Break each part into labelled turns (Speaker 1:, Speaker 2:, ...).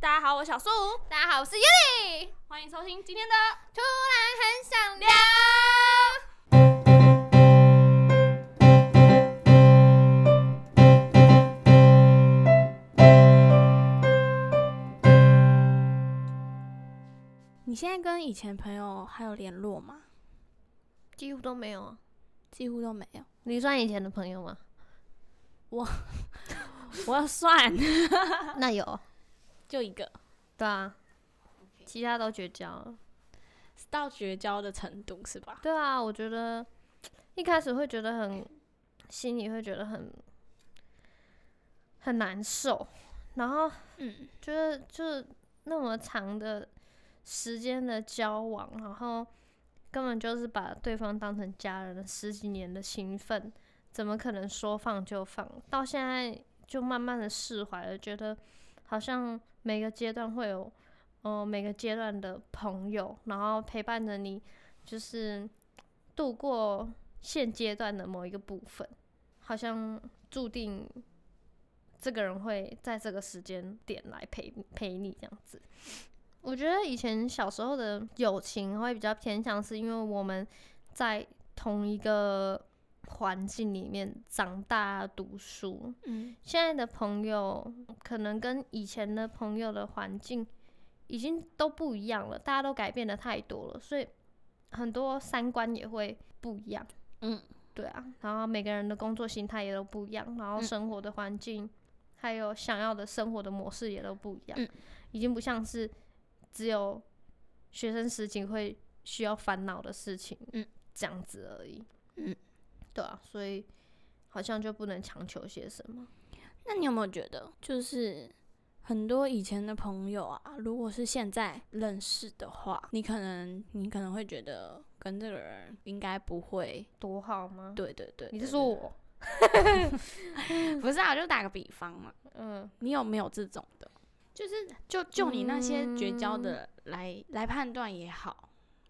Speaker 1: 大家好，我小苏，
Speaker 2: 大家好，我是 Yuli，
Speaker 1: 欢迎收听今天的
Speaker 2: 突然很想聊。
Speaker 1: 你现在跟以前朋友还有联络吗？
Speaker 2: 几乎都没有啊，
Speaker 1: 几乎都没有。
Speaker 2: 你算以前的朋友吗？
Speaker 1: 我要 算，
Speaker 2: 那有，
Speaker 1: 就一个，
Speaker 2: 对啊，其他都绝交了。
Speaker 1: 到绝交的程度是吧？
Speaker 2: 对啊，我觉得一开始会觉得很，心里会觉得很很难受，然后
Speaker 1: 嗯，
Speaker 2: 觉得就是那么长的时间的交往，然后根本就是把对方当成家人了，十几年的情分，怎么可能说放就放？到现在就慢慢的释怀了，觉得好像每个阶段会有，呃，每个阶段的朋友，然后陪伴着你，就是度过现阶段的某一个部分，好像注定这个人会在这个时间点来陪陪你这样子。我觉得以前小时候的友情会比较偏向，是因为我们在同一个环境里面长大读书，
Speaker 1: 嗯，
Speaker 2: 现在的朋友可能跟以前的朋友的环境已经都不一样了，大家都改变的太多了，所以很多三观也会不一样。
Speaker 1: 嗯，
Speaker 2: 对啊，然后每个人的工作形态也都不一样，然后
Speaker 1: 嗯
Speaker 2: 生活的环境、还有想要的生活的模式也都不一样，
Speaker 1: 嗯
Speaker 2: 已经不像是只有学生时期会需要烦恼的事情，
Speaker 1: 嗯，
Speaker 2: 这样子而已。
Speaker 1: 嗯，
Speaker 2: 对啊，所以好像就不能强求些什么。
Speaker 1: 那你有没有觉得，就是很多以前的朋友啊，如果是现在认识的话，你可能你可能会觉得跟这个人应该不会，
Speaker 2: 多好吗？
Speaker 1: 对对对
Speaker 2: 你是
Speaker 1: 对
Speaker 2: 说我？
Speaker 1: 对不是啊？就打个比方嘛，
Speaker 2: 嗯，
Speaker 1: 你有没有这种的？就是就就你那些绝交的来、来判断也好，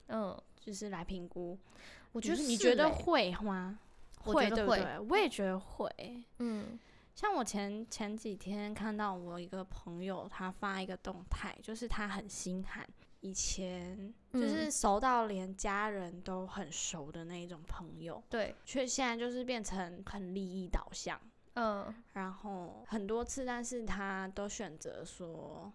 Speaker 2: 嗯，
Speaker 1: 就是来评估，
Speaker 2: 我
Speaker 1: 我
Speaker 2: 觉得
Speaker 1: 你
Speaker 2: 是
Speaker 1: 觉得
Speaker 2: 欸
Speaker 1: 会吗？
Speaker 2: 我
Speaker 1: 会
Speaker 2: 觉
Speaker 1: 对
Speaker 2: 得
Speaker 1: 不
Speaker 2: 会
Speaker 1: 对？我也觉得会。
Speaker 2: 嗯
Speaker 1: 像我前前几天看到我一个朋友，他发一个动态，就是他很心寒，以前就是
Speaker 2: 嗯
Speaker 1: 熟到连家人都很熟的那一种朋友，
Speaker 2: 对，
Speaker 1: 却现在就是变成很利益导向。
Speaker 2: 嗯，
Speaker 1: 然后很多次，但是他都选择说，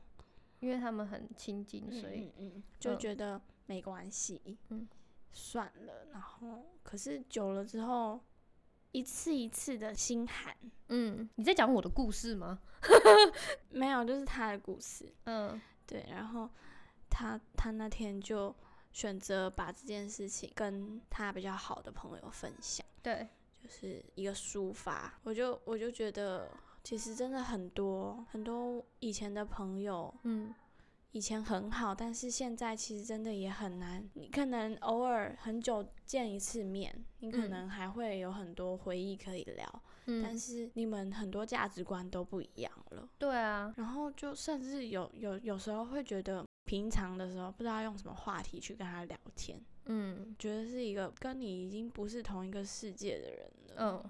Speaker 2: 因为他们很亲近，所
Speaker 1: 所
Speaker 2: 以
Speaker 1: 以、嗯嗯、就
Speaker 2: 嗯
Speaker 1: 觉得没关系，
Speaker 2: 嗯
Speaker 1: 算了。然后可是久了之后，一次一次的心寒，
Speaker 2: 嗯，你在讲我的故事吗？
Speaker 1: 没有，就是他的故事。
Speaker 2: 嗯
Speaker 1: 对，然后他他那天就选择把这件事情跟他比较好的朋友分享，
Speaker 2: 对，
Speaker 1: 就是一个抒发。我就我就觉得，其实真的很多很多以前的朋友，
Speaker 2: 嗯
Speaker 1: 以前很好，但是现在其实真的也很难。你可能偶尔很久见一次面，你可
Speaker 2: 嗯
Speaker 1: 能还会有很多回忆可以聊，但
Speaker 2: 嗯，
Speaker 1: 是你们很多价值观都不一样了。
Speaker 2: 对啊，
Speaker 1: 然后就甚至有有有时候会觉得，平常的时候不知道用什么话题去跟他聊天，
Speaker 2: 嗯
Speaker 1: 觉得是一个跟你已经不是同一个世界的人了，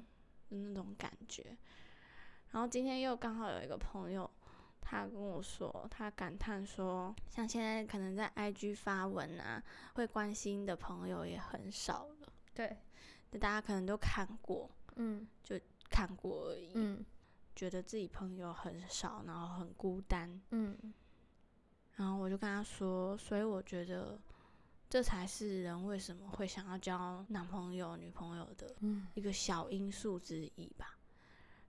Speaker 2: 嗯
Speaker 1: 的那种感觉。然后今天又刚好有一个朋友，他跟我说，他感叹说，像现在可能在 IG 发文啊，会关心的朋友也很少了，
Speaker 2: 对，
Speaker 1: 那大家可能都看过
Speaker 2: 嗯
Speaker 1: 看过而已，
Speaker 2: 嗯
Speaker 1: 觉得自己朋友很少，然后很孤单。
Speaker 2: 嗯
Speaker 1: 然后我就跟他说，所以我觉得这才是人为什么会想要交男朋友、女朋友的
Speaker 2: 嗯
Speaker 1: 一个小因素之一吧。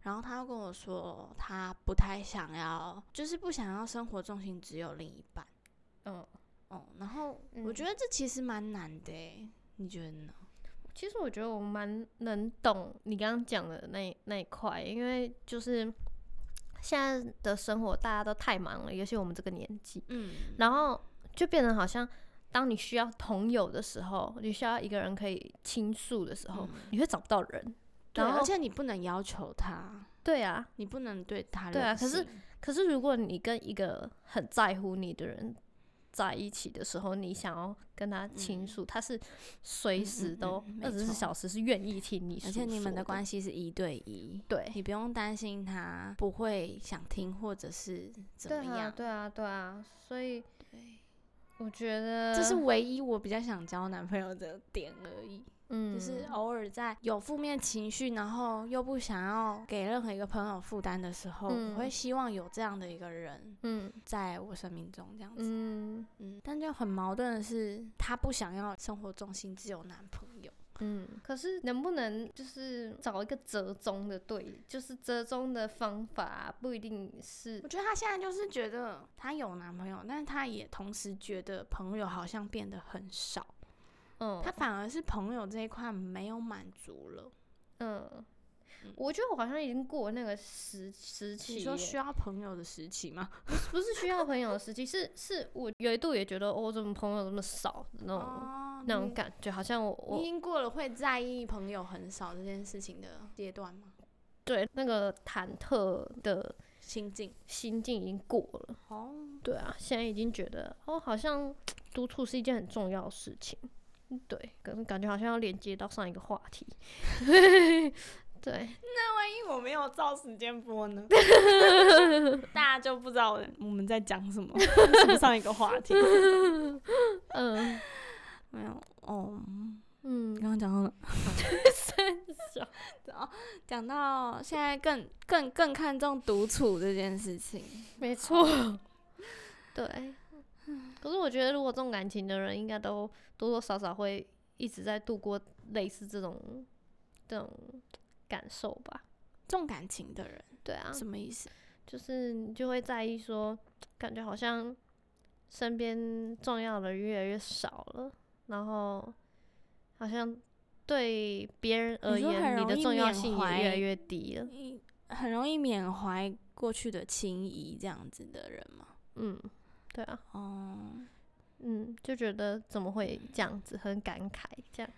Speaker 1: 然后他又跟我说，他不太想要，就是不想要生活重心只有另一半。
Speaker 2: 嗯，
Speaker 1: 哦，然后我觉
Speaker 2: 嗯
Speaker 1: 得这其实蛮难的欸，你觉得呢？
Speaker 2: 其实我觉得我蛮能懂你刚刚讲的那一那一块，因为就是现在的生活大家都太忙了，尤其我们这个年纪，
Speaker 1: 嗯，
Speaker 2: 然后就变得好像，当你需要朋友的时候，你需要一个人可以倾诉的时候，你会找不到人。
Speaker 1: 嗯对，
Speaker 2: 然后
Speaker 1: 而且你不能要求他，
Speaker 2: 对啊，
Speaker 1: 你不能对他
Speaker 2: 对啊
Speaker 1: 任
Speaker 2: 可是
Speaker 1: 性
Speaker 2: 可是如果你跟一个很在乎你的人在一起的时候，你想要跟他倾诉，他是随时都
Speaker 1: 嗯嗯嗯嗯没
Speaker 2: 二十四
Speaker 1: 错
Speaker 2: 小时是愿意听你诉
Speaker 1: 而且你们的关
Speaker 2: 系
Speaker 1: 系是一对一，
Speaker 2: 对
Speaker 1: 你不用担心他不会想听或者是怎
Speaker 2: 对
Speaker 1: 么
Speaker 2: 啊
Speaker 1: 样。
Speaker 2: 对啊对啊，所以
Speaker 1: 对
Speaker 2: 我觉得
Speaker 1: 这是唯一我比较想交男朋友的点而已，
Speaker 2: 嗯，
Speaker 1: 就是哦偶尔在有负面情绪，然后又不想要给任何一个朋友负担的时候，
Speaker 2: 嗯
Speaker 1: 我会希望有这样的一个人
Speaker 2: 嗯
Speaker 1: 在我生命中这样子。
Speaker 2: 嗯
Speaker 1: 嗯，但就很矛盾的是，他不想要生活重心只有男朋友。
Speaker 2: 嗯，可是能不能就是找一个折中的对，就是折中的方法不一定是
Speaker 1: 我觉得她现在就是觉得她有男朋友，但是她也同时觉得朋友好像变得很少，
Speaker 2: 嗯
Speaker 1: 她反而是朋友这一块没有满足了。
Speaker 2: 嗯
Speaker 1: 嗯，
Speaker 2: 我觉得我好像已经过那个时时期
Speaker 1: 你
Speaker 2: 耶，
Speaker 1: 说需要朋友的时期吗？
Speaker 2: 不是需要朋友的时期，是是我有一度也觉得哦，怎么朋友这么少的那种、
Speaker 1: 哦
Speaker 2: 嗯那种
Speaker 1: 你
Speaker 2: 感觉，好像我
Speaker 1: 你已
Speaker 2: 我
Speaker 1: 经过了会在意朋友很少这件事情的阶段吗？
Speaker 2: 对那个忐忑的
Speaker 1: 心境
Speaker 2: 心境已经过了。
Speaker 1: 哦，
Speaker 2: 对啊，现在已经觉得哦，好像独处是一件很重要的事情。对，可是感觉好像要连接到上一个话题。 对，
Speaker 1: 万一哎我没有照时间播 呢？大家就不知道我们在讲什 么，是不是上一个话题？
Speaker 2: 嗯
Speaker 1: 没有哦，你
Speaker 2: 嗯，
Speaker 1: 刚刚讲到哪？
Speaker 2: 三小，
Speaker 1: 哦，讲到现在更更更看重独处这件事情，
Speaker 2: 没错。对， 可是我觉得如果重感情的人，应该都多多少少会一直在度过类似这种这种感受吧。
Speaker 1: 重感情的人、
Speaker 2: 对啊，
Speaker 1: 什么意思？
Speaker 2: 就是你就会在意说，感觉好像身边重要的人越来越少了，然后好像对别人而
Speaker 1: 你说很
Speaker 2: 言，你
Speaker 1: 容
Speaker 2: 的
Speaker 1: 易
Speaker 2: 重要
Speaker 1: 缅
Speaker 2: 性也
Speaker 1: 怀
Speaker 2: 越来越低了。
Speaker 1: 你很容易缅怀过去的情谊这样子的人吗？
Speaker 2: 嗯，对啊，
Speaker 1: 哦，
Speaker 2: 嗯，就觉得怎么会这样子，很感慨，这样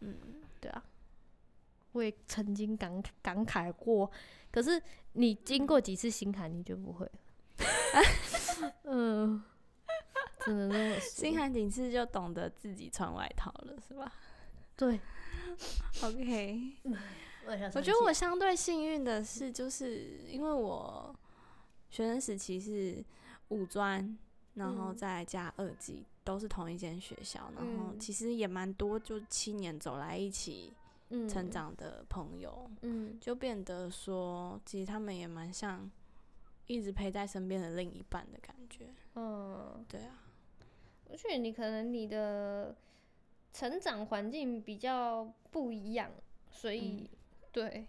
Speaker 1: 嗯，
Speaker 2: 对啊。我也曾经感感慨过，可是你经过几次心寒，你就不会了。 嗯，真的那么说
Speaker 1: 心寒几次就懂得自己穿外套了，是吧
Speaker 2: 对，
Speaker 1: ？OK，我
Speaker 2: 我
Speaker 1: 觉得我相对幸运的是，就是因为我学生时期是五专，然后
Speaker 2: 嗯
Speaker 1: 再加二技，都是同一间学校，然后
Speaker 2: 嗯
Speaker 1: 其实也蛮多，就七年走来一起成，长的朋友，
Speaker 2: 嗯
Speaker 1: 就变得说，其实他们也蛮像一直陪在身边的另一半的感觉。
Speaker 2: 嗯，
Speaker 1: 对啊，
Speaker 2: 我觉得你可能你的成长环境比较不一样，所以、
Speaker 1: 嗯
Speaker 2: 对，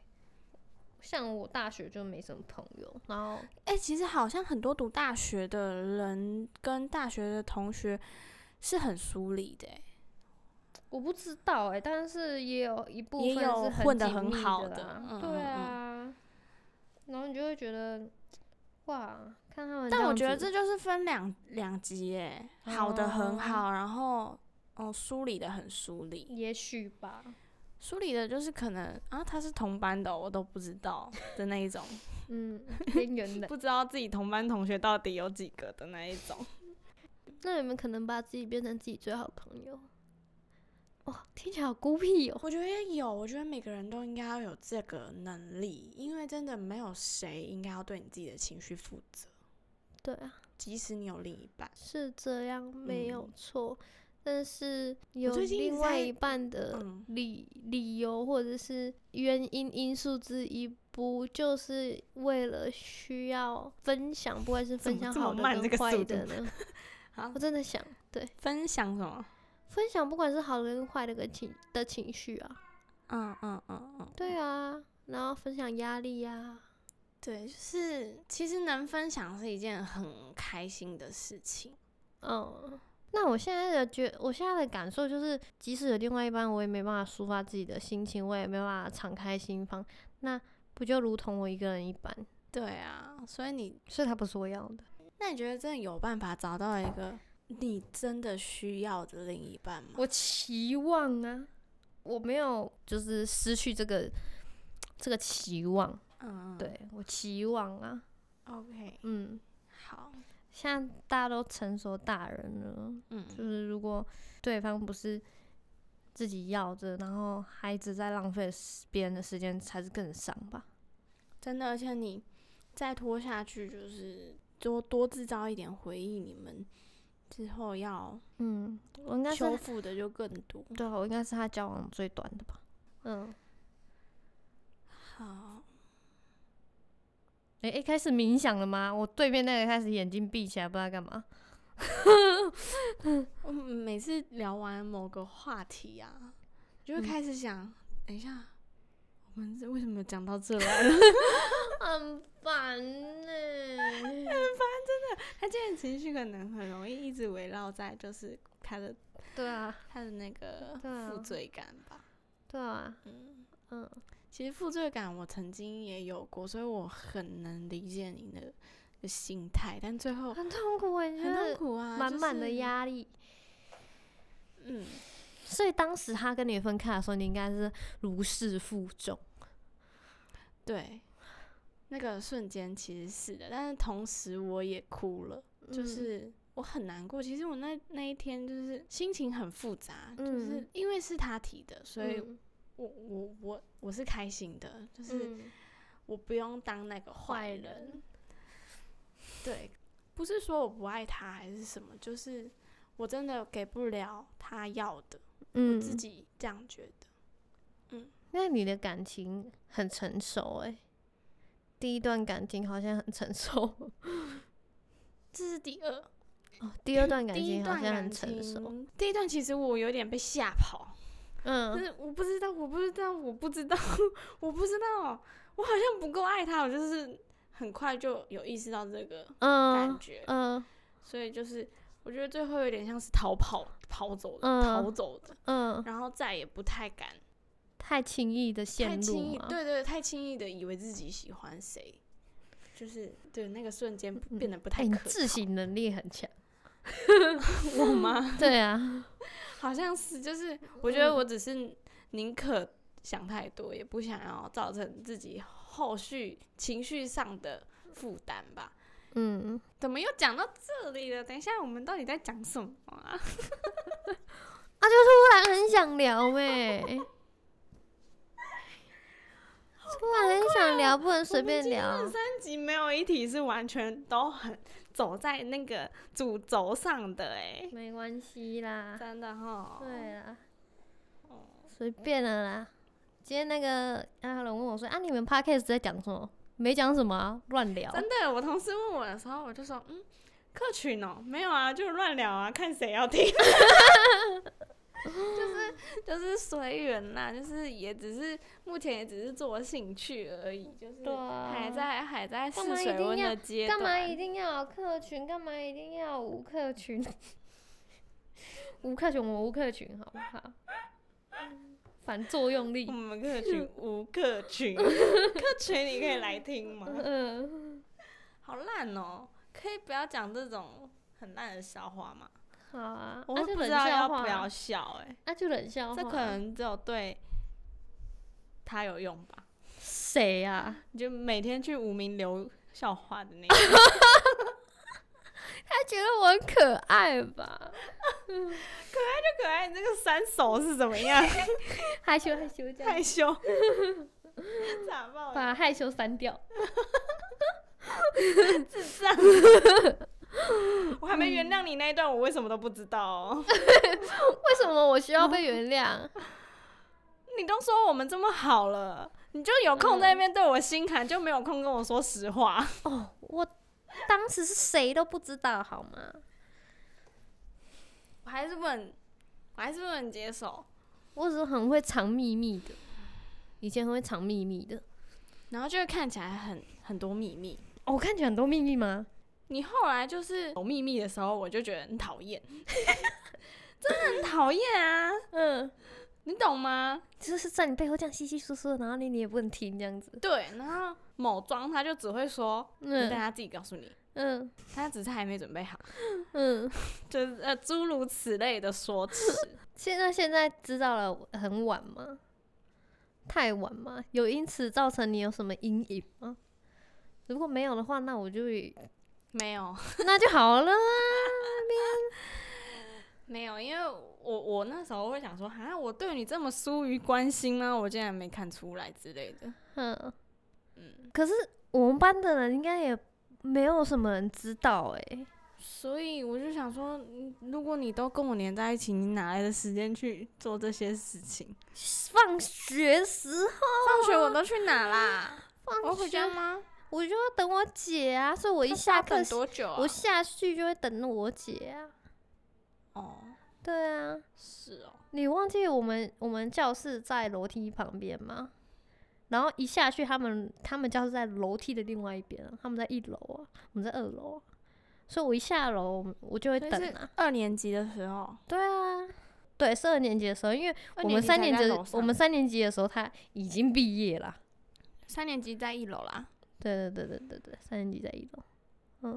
Speaker 2: 像我大学就没什么朋友，然后
Speaker 1: 哎、其实好像很多读大学的人跟大学的同学是很疏离的、欸，
Speaker 2: 我不知道哎、但是也有一部
Speaker 1: 也
Speaker 2: 分
Speaker 1: 有
Speaker 2: 是
Speaker 1: 混得
Speaker 2: 紧
Speaker 1: 很
Speaker 2: 密
Speaker 1: 好
Speaker 2: 的
Speaker 1: 的
Speaker 2: 啊，
Speaker 1: 嗯
Speaker 2: 对
Speaker 1: 嗯嗯
Speaker 2: 啊，然后你就会觉得哇，看他们，
Speaker 1: 但我觉得这。就是分两两级、欸，好的很
Speaker 2: 哦
Speaker 1: 好，然后哦疏离的很疏离，
Speaker 2: 也许吧，
Speaker 1: 疏离的就是可能啊他是同班的哦、我都不知道的那一种，
Speaker 2: 嗯，边缘的。
Speaker 1: 不知道自己同班同学到底有几个的那一种。
Speaker 2: 那有没有可能把自己变成自己最好的朋友？哇，听起来好孤僻哦。
Speaker 1: 我觉得有，我觉得每个人都应该要有这个能力，因为真的没有谁应该要对你自己的情绪负责，
Speaker 2: 对啊，
Speaker 1: 即使你有另一半。
Speaker 2: 是这样，没有
Speaker 1: 嗯
Speaker 2: 错。但是有
Speaker 1: 最近一直
Speaker 2: 另外
Speaker 1: 在
Speaker 2: 一半的
Speaker 1: 嗯，
Speaker 2: 理理由或者是原因因素之一，不就是为了需要分享，不管是分
Speaker 1: 么
Speaker 2: 享
Speaker 1: 这么
Speaker 2: 好的
Speaker 1: 慢这
Speaker 2: 跟
Speaker 1: 个
Speaker 2: 坏
Speaker 1: 速
Speaker 2: 的呢
Speaker 1: 好？
Speaker 2: 我真的想，对，
Speaker 1: 分享什么？
Speaker 2: 分享不管是好的跟坏的跟情的情绪啊，
Speaker 1: 嗯嗯嗯嗯，
Speaker 2: 对啊，然后分享压力啊呀、
Speaker 1: 对，就是其实能分享是一件很开心的事情。
Speaker 2: 嗯，那我现在的觉，我现在的感受就是，即使有另外一半，我也没办法抒发自己的心情，我也没办法敞开心房，那不就如同我一个人一般？
Speaker 1: 对啊，所以你，
Speaker 2: 所以他不是我要的。
Speaker 1: 那你觉得真的有办法找到一个你真的需要的另一半吗？
Speaker 2: 我期望啊，我没有就是失去这个这个期望，
Speaker 1: 嗯，
Speaker 2: 对我期望啊，
Speaker 1: ，OK，
Speaker 2: 嗯，
Speaker 1: 好，
Speaker 2: 现在大家都成熟大人了，
Speaker 1: 嗯，
Speaker 2: 就是如果对方不是自己要的，然后还一直在浪费时别人的时间，才是更伤吧。
Speaker 1: 真的，而且你再拖下去，就是多多制造一点回忆，你们之后要
Speaker 2: 嗯，我应该
Speaker 1: 修
Speaker 2: 是
Speaker 1: 复的就更多。
Speaker 2: 对啊，我应该是他交往最短的吧。嗯，
Speaker 1: 好，
Speaker 2: 诶、一开始冥想了吗？我对面那个开始眼睛闭起来，不知道干嘛。
Speaker 1: 我每次聊完某个话题啊，就会
Speaker 2: 嗯
Speaker 1: 开始想，等一下，我们这为什么讲到这来了？
Speaker 2: 很烦呢、
Speaker 1: 他这个情绪可能很容易一直围绕在就是他的
Speaker 2: 对啊，
Speaker 1: 他的那个
Speaker 2: 对啊
Speaker 1: 负罪感吧。
Speaker 2: 对啊，
Speaker 1: 嗯，
Speaker 2: 嗯，
Speaker 1: 其实负罪感我曾经也有过，所以我很能理解你的的心态，但最后
Speaker 2: 很痛苦诶、
Speaker 1: 很
Speaker 2: 就
Speaker 1: 痛
Speaker 2: 是
Speaker 1: 苦啊，
Speaker 2: 满满的
Speaker 1: 就是。
Speaker 2: 压力。
Speaker 1: 嗯，
Speaker 2: 所以当时他跟你分开的时候，你应该是如释负重。
Speaker 1: 对，那个瞬间其实是的，但是同时我也哭了，就
Speaker 2: 嗯
Speaker 1: 是我很难过。其实我那那一天就是心情很复杂，就是
Speaker 2: 嗯
Speaker 1: 因为是他提的，所以
Speaker 2: 嗯
Speaker 1: 我我我我是开心的，就是
Speaker 2: 嗯
Speaker 1: 我不用当那个坏
Speaker 2: 坏
Speaker 1: 人。
Speaker 2: 人
Speaker 1: 对，不是说我不爱他还是什么，就是我真的给不了他要的，
Speaker 2: 嗯，
Speaker 1: 自己这样觉得。
Speaker 2: 那你的感情很成熟哎、第一段感情好像很成熟
Speaker 1: 这是第二，
Speaker 2: 哦，第二段感
Speaker 1: 第一
Speaker 2: 情好
Speaker 1: 段
Speaker 2: 像很
Speaker 1: 感
Speaker 2: 成熟，
Speaker 1: 情，第一段其实我有点被吓跑， 就
Speaker 2: 嗯
Speaker 1: 是我不知道，我不知道，我不知道， 我不知道，我好像不够爱他，我就是很快就有意识到这个感
Speaker 2: 嗯
Speaker 1: 觉，
Speaker 2: 嗯
Speaker 1: 所以就是我觉得最后有点像是逃跑、跑走的、
Speaker 2: 嗯
Speaker 1: 逃走的，
Speaker 2: 嗯，
Speaker 1: 然后再也不太敢
Speaker 2: 太轻易的
Speaker 1: 太
Speaker 2: 陷
Speaker 1: 轻
Speaker 2: 入哎
Speaker 1: 易，
Speaker 2: 嘛，
Speaker 1: 对对，太轻易的以为自己喜欢谁，就是对那个瞬间
Speaker 2: 嗯
Speaker 1: 变得不
Speaker 2: 哎
Speaker 1: 太
Speaker 2: 你
Speaker 1: 可靠。
Speaker 2: 自省能力很强，
Speaker 1: 我吗？
Speaker 2: 对啊，
Speaker 1: 好像是，就是我觉得
Speaker 2: 嗯
Speaker 1: 我只是宁可想太多，也不想要造成自己后续情绪上的负担吧。
Speaker 2: 嗯，
Speaker 1: 怎么又讲到这里了？等一下，我们到底在讲什么啊？
Speaker 2: 突然很想聊哎、 突然很想聊，不能随便聊，
Speaker 1: 三集没有一题是完全都很走在那个主轴上的、欸，
Speaker 2: 没关系啦，
Speaker 1: 真的哈。
Speaker 2: 对啦。
Speaker 1: 哦，
Speaker 2: 随便了啦。今天那个阿龙问我说：“啊，你们 podcast 在讲什么？没讲什么、啊，乱聊。
Speaker 1: 真的，我同事问我的时候，我就说，嗯，客群哦、没有啊，就乱聊啊，看谁要听， 就是就是随缘啦，就是也只是目前也只是做兴趣而已，就是
Speaker 2: 对啊
Speaker 1: 还在还在试
Speaker 2: 干嘛一
Speaker 1: 水
Speaker 2: 定
Speaker 1: 温的
Speaker 2: 要
Speaker 1: 阶”
Speaker 2: 干嘛一
Speaker 1: 段。
Speaker 2: 定要有客群？干嘛一定要无客群？ 无客群，我们无客群好不好？反作用力
Speaker 1: 我。们客群无客 群，客群你可以来听吗？
Speaker 2: 嗯、
Speaker 1: 好烂哦、可以不要讲这种很烂的笑话吗？
Speaker 2: 好啊，
Speaker 1: 我
Speaker 2: 啊
Speaker 1: 会
Speaker 2: 就
Speaker 1: 不知
Speaker 2: 冷
Speaker 1: 道
Speaker 2: 笑
Speaker 1: 要
Speaker 2: 话
Speaker 1: 不要
Speaker 2: 啊，
Speaker 1: 笑哎、
Speaker 2: 啊就冷笑话。
Speaker 1: 这可能只有对他有用吧。
Speaker 2: 谁啊呀、
Speaker 1: 你就每天去无名留笑话的 那个，
Speaker 2: 他觉得我很可爱吧？
Speaker 1: 就可爱。你这个三手是怎么样？
Speaker 2: 害羞害羞这样
Speaker 1: 害，羞， 咋爆了？
Speaker 2: 把害羞删掉。
Speaker 1: 我还没原谅你那一段，我为什么都不知道哦？
Speaker 2: 为什么我需要被原谅？
Speaker 1: 你都说我们这么好了，你就有空在那边对我心寒，就没有空跟我说实话。
Speaker 2: 哦，我当时是谁都不知道，好吗？
Speaker 1: 我还是不能，我还是不能接受。
Speaker 2: 我只是很会藏秘密的，以前很会藏秘密的。
Speaker 1: 然后就会看起来很很多秘密。
Speaker 2: 哦，我看起来很多秘密吗？
Speaker 1: 你后来就是有秘密的时候，我就觉得很讨厌， 真的很讨厌 啊！
Speaker 2: 嗯，
Speaker 1: 你懂吗？
Speaker 2: 就是在你背后这样稀稀疏疏的，然后你你也不能听这样子。
Speaker 1: 对，然后某庄他就只会说，但
Speaker 2: 嗯
Speaker 1: 他自己告诉你，
Speaker 2: 嗯
Speaker 1: 他只是还没准备好，
Speaker 2: 嗯，
Speaker 1: 就是呃诸如此类的说辞。
Speaker 2: 现在现在知道了很晚吗？太晚吗？有因此造成你有什么阴影吗？如果没有的话，那我就也
Speaker 1: 没有，
Speaker 2: 那就好了啊。
Speaker 1: 没有，因为我我那时候会想说，啊，我对你这么疏于关心吗？我竟然没看出来之类的。
Speaker 2: 嗯，
Speaker 1: 嗯，
Speaker 2: 可是我们班的人应该也没有什么人知道哎、
Speaker 1: 所以我就想说，嗯如果你都跟我黏在一起，你哪来的时间去做这些事情？
Speaker 2: 放学时候，
Speaker 1: 放学我都去哪啦？我要
Speaker 2: 放
Speaker 1: 回
Speaker 2: 学
Speaker 1: 家吗？
Speaker 2: 我就要等我姐啊，所以我一
Speaker 1: 那
Speaker 2: 下
Speaker 1: 要
Speaker 2: 课
Speaker 1: 等多久啊？
Speaker 2: 我下去就会等我姐啊。
Speaker 1: 哦，
Speaker 2: 对啊，
Speaker 1: 是哦，
Speaker 2: 你忘记我们我们教室在楼梯旁边吗？然后一下去，他们他们教室在楼梯的另外一边、啊，他们在一楼啊，我们在二楼、啊，所以我一下楼我我就会
Speaker 1: 所以
Speaker 2: 等
Speaker 1: 是
Speaker 2: 啊。
Speaker 1: 二年级的时候，
Speaker 2: 对啊，对，是二年级的时候，因为
Speaker 1: 二
Speaker 2: 我们
Speaker 1: 级
Speaker 2: 三
Speaker 1: 才
Speaker 2: 年
Speaker 1: 在
Speaker 2: 级
Speaker 1: 楼
Speaker 2: 的
Speaker 1: 上
Speaker 2: 我们三年级的时候他已经毕业啦。
Speaker 1: 三年级在一楼啦。
Speaker 2: 对对对对对对，三年级在一楼。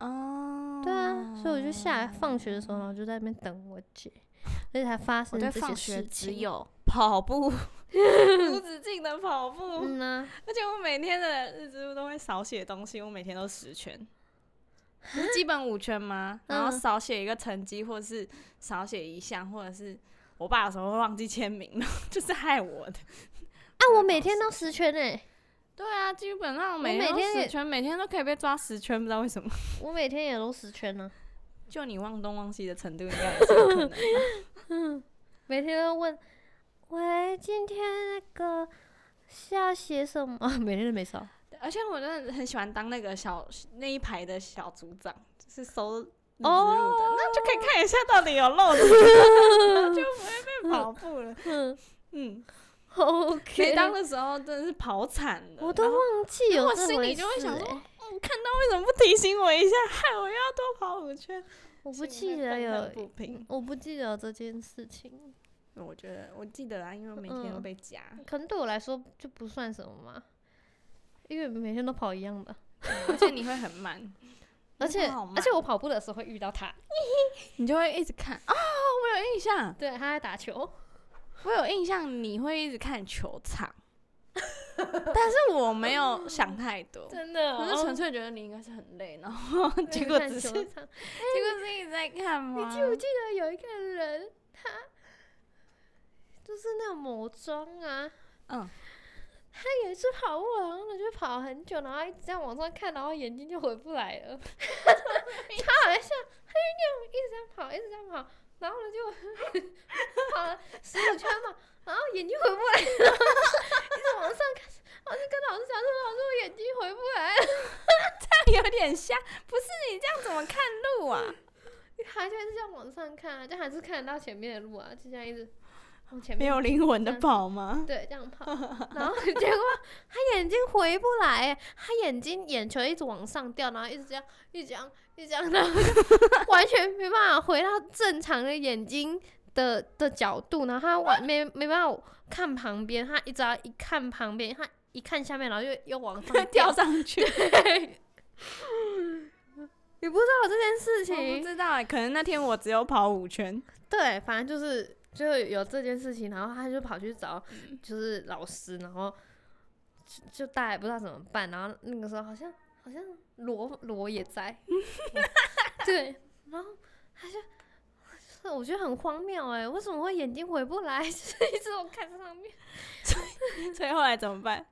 Speaker 1: 哦，
Speaker 2: 对啊，所以我就下来放学的时候，然后就在那边等我姐，所以才发
Speaker 1: 我
Speaker 2: 生
Speaker 1: 在
Speaker 2: 这些
Speaker 1: 放
Speaker 2: 事
Speaker 1: 学只
Speaker 2: 情。
Speaker 1: 有跑 步，无止境的跑步，
Speaker 2: 嗯呐、
Speaker 1: 而且我每天的日志都会少写东西，我每天都十圈，不是基本五圈吗？然后
Speaker 2: 嗯
Speaker 1: 少写一个成绩，或者是少写一项，或者是我爸有时候会忘记签名， 然后就是害我的。
Speaker 2: 啊，我每天都十圈诶、
Speaker 1: 对啊，基本上我每
Speaker 2: 每
Speaker 1: 天都
Speaker 2: 天也
Speaker 1: 十圈，每天都可以被抓十圈，不知道为什么。
Speaker 2: 我每天也都十圈呢、
Speaker 1: 就你忘东忘西的程度，应该也是有可能的。
Speaker 2: 每天都问，喂，今天那个是要写什么？ 每天都没少。
Speaker 1: 而且我真的很喜欢当那个小那一排的小组长，就是收日子录的
Speaker 2: 哦
Speaker 1: 那就可以看一下到底有漏 几个，然后就不会被跑步了。
Speaker 2: 嗯
Speaker 1: 嗯，
Speaker 2: ，OK。
Speaker 1: 没当的时候真的是跑惨了，
Speaker 2: 我都
Speaker 1: 然后
Speaker 2: 忘记有
Speaker 1: 我
Speaker 2: 这
Speaker 1: 心里
Speaker 2: 回事、
Speaker 1: 就会想说
Speaker 2: 欸，
Speaker 1: 嗯看到为什么不提醒我一下，害我又要多跑五圈。
Speaker 2: 我不
Speaker 1: 心里
Speaker 2: 记
Speaker 1: 会
Speaker 2: 得
Speaker 1: 愤
Speaker 2: 有
Speaker 1: 愤不平，
Speaker 2: 我不记得有这件事情，
Speaker 1: 我觉得我记得啊，因为每天都被夹，
Speaker 2: 可能对我来说就不算什么嘛，因为每天都跑一样的。
Speaker 1: 而且你会很慢，
Speaker 2: 而且
Speaker 1: 跑慢
Speaker 2: 而且我跑步的时候会遇到他，
Speaker 1: 你就会一直看啊、我有印象，
Speaker 2: 对，他在打球，
Speaker 1: 我有印象，你会一直看球场，但是我没有想太多，
Speaker 2: 真的
Speaker 1: 我
Speaker 2: 哦，
Speaker 1: 是纯粹觉得你应该是很累，然 后结果只是结
Speaker 2: 对
Speaker 1: 果
Speaker 2: 看球场
Speaker 1: 只是一直在看吗？
Speaker 2: 你记 不记得有一个人，他就是那种某装啊，
Speaker 1: 嗯，
Speaker 2: 他有一次跑步，然后呢就跑很久，然后一直这样往上看，然后眼睛就回不来 了。他好像像他就那样一直这样跑，一直这样跑，然后呢就跑了十五圈嘛，然后眼睛回不来了，一直往上看，然后就跟老师讲说：“老师，我眼睛回不来了。
Speaker 1: 有点像，不是你这样怎么看路啊？”
Speaker 2: 他就一直这样往上看啊，就还是看得到前面的路啊，就这样一直往前面
Speaker 1: 没有灵魂的跑 吗？
Speaker 2: 对，这样跑， 然后结果他眼睛回不来耶，他眼睛眼球一直往上掉，然后一直这样，一直这样，一直这样，然后就 完全没办法回到正常的眼睛的的角度，然后他完没没办法看旁边，他一直要一看旁边，他一看下面，然后又又往上
Speaker 1: 跳
Speaker 2: 掉。
Speaker 1: 上去，
Speaker 2: 你不知道这件事
Speaker 1: 我不
Speaker 2: 情？
Speaker 1: 知道哎、可能那天我只有跑五圈，
Speaker 2: 对，反正就是就有这件事情，然后他就跑去找就是老师，然后就就大家也不知道怎么办，然后那个时候好像好像罗罗也在，对，然后他就。就是我觉得很荒谬哎、为什么会眼睛回不来？ 就是一直我看上面，
Speaker 1: 所以后来怎么办？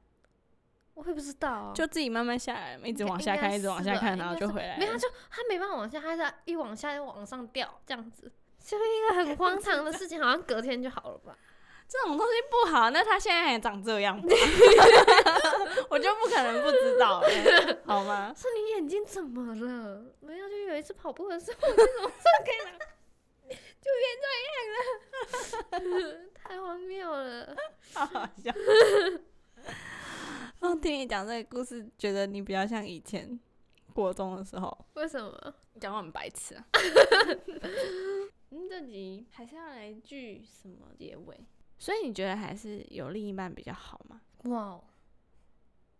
Speaker 2: 我也不知道啊、
Speaker 1: 就自己慢慢下来，一直往下
Speaker 2: 应该
Speaker 1: 看，一直往下看，
Speaker 2: 是吧
Speaker 1: 然后就回来
Speaker 2: 没有，他
Speaker 1: 了。
Speaker 2: 就他没办法往下，他是一往下就往上掉，这样子， 就是一个很荒唐的事情，好像隔天就好了吧？
Speaker 1: 这种东西不好，那他现在还长这 样吧，我就不可能不知道了， 好吗？
Speaker 2: 说你眼睛怎么了？没有，就有一次跑步的时候，我就怎么这可以拿，就变这样了， 太荒谬了。
Speaker 1: 好好笑。 哦，听你讲这个故事，觉得你比较像以前国中的时候，
Speaker 2: 为什么？
Speaker 1: 讲话很白痴啊。 嗯，这集还是要来一句什么结尾？所以你觉得还是有另一半比较好吗？
Speaker 2: 哇哦！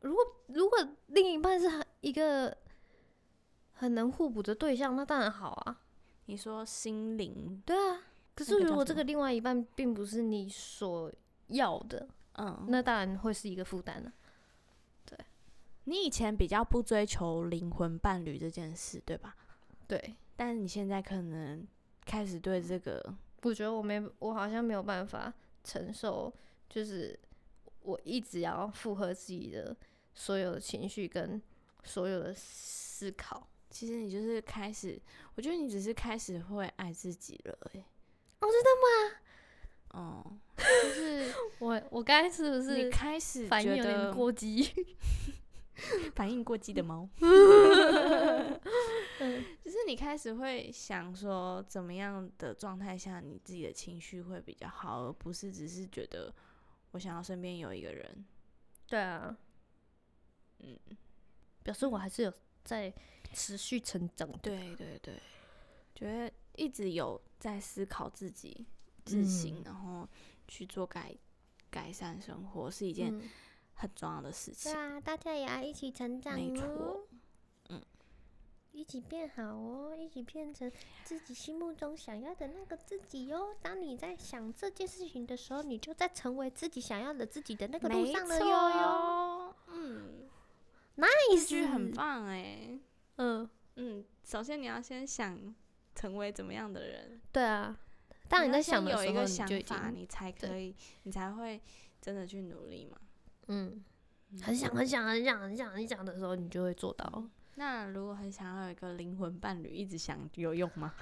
Speaker 2: 如果如果另一半是很一个很能互补的对象，那当然好啊。
Speaker 1: 你说心灵，
Speaker 2: 对啊，
Speaker 1: 那
Speaker 2: 可是
Speaker 1: 个叫
Speaker 2: 如果这
Speaker 1: 什么
Speaker 2: 个另外一半并不是你所要的，
Speaker 1: 嗯，
Speaker 2: 啊那当然会是一个负担了。
Speaker 1: 你以前比较不追求灵魂伴侣这件事，对吧？
Speaker 2: 对，
Speaker 1: 但是你现在可能开始对这个，
Speaker 2: 我觉得我没，我好像没有办法承受，就是我一直要附和自己的所有的情绪跟所有的思考。
Speaker 1: 其实你就是开始，我觉得你只是开始会爱自己了、欸，
Speaker 2: 哦，真的
Speaker 1: 哎，哦，就是
Speaker 2: 吗？ 我我刚才是不
Speaker 1: 你
Speaker 2: 是
Speaker 1: 开始
Speaker 2: 反应
Speaker 1: 觉
Speaker 2: 有
Speaker 1: 得
Speaker 2: 点过激？
Speaker 1: 反应过激的 猫，
Speaker 2: 嗯
Speaker 1: 就是你开始会想说，怎么样的状态下你自己的情绪会比较好，而不是只是觉得我想要身边有一个人。
Speaker 2: 对啊，
Speaker 1: 嗯，
Speaker 2: 表示我还是有在持续成长的。
Speaker 1: 对对对，觉得一直有在思考自己自省，
Speaker 2: 嗯
Speaker 1: 然后去做改改善生活是一件
Speaker 2: 嗯，
Speaker 1: 很重要的事情。
Speaker 2: 啊，大家也要一起成长哦
Speaker 1: 没错，嗯，
Speaker 2: 一起变好哦，一起变成自己心目中想要的那个自己哟、当你在想这件事情的时候，你就在成为自己想要的自己的那个路
Speaker 1: 没
Speaker 2: 上了
Speaker 1: 错
Speaker 2: 哟哟。
Speaker 1: 哟，嗯，
Speaker 2: 意
Speaker 1: 这句很棒哎、
Speaker 2: 嗯，
Speaker 1: 嗯，首先你要先想成为怎么样的人。
Speaker 2: 对啊。当你在
Speaker 1: 要先
Speaker 2: 想的
Speaker 1: 有
Speaker 2: 时候，
Speaker 1: 一个
Speaker 2: 你
Speaker 1: 想
Speaker 2: 就已
Speaker 1: 法，
Speaker 2: 经
Speaker 1: 你才
Speaker 2: 对
Speaker 1: 可以，你才会真的去努力嘛。
Speaker 2: 嗯，很想很想很想很想很想的时候，你就会做到。
Speaker 1: 那如果很想要有一个灵魂伴侣，一直想有用吗？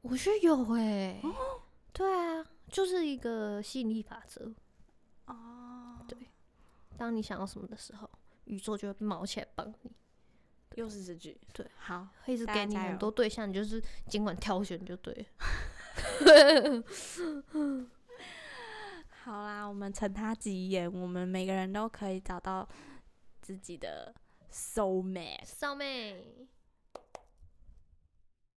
Speaker 2: 我是有哎、
Speaker 1: 欸
Speaker 2: 对啊，就是一个吸引力法则。
Speaker 1: 哦，对，
Speaker 2: 当你想要什么的时候，宇宙就会毛起来帮你，
Speaker 1: 又是这句，
Speaker 2: 对，
Speaker 1: 好，
Speaker 2: 会一直
Speaker 1: 大
Speaker 2: 给
Speaker 1: 家
Speaker 2: 你
Speaker 1: 加
Speaker 2: 很
Speaker 1: 油
Speaker 2: 多对象，你就是尽管挑选就对了。
Speaker 1: 好啦，我们承他吉言，我们每个人都可以找到自己的 soul mate。
Speaker 2: 骚妹，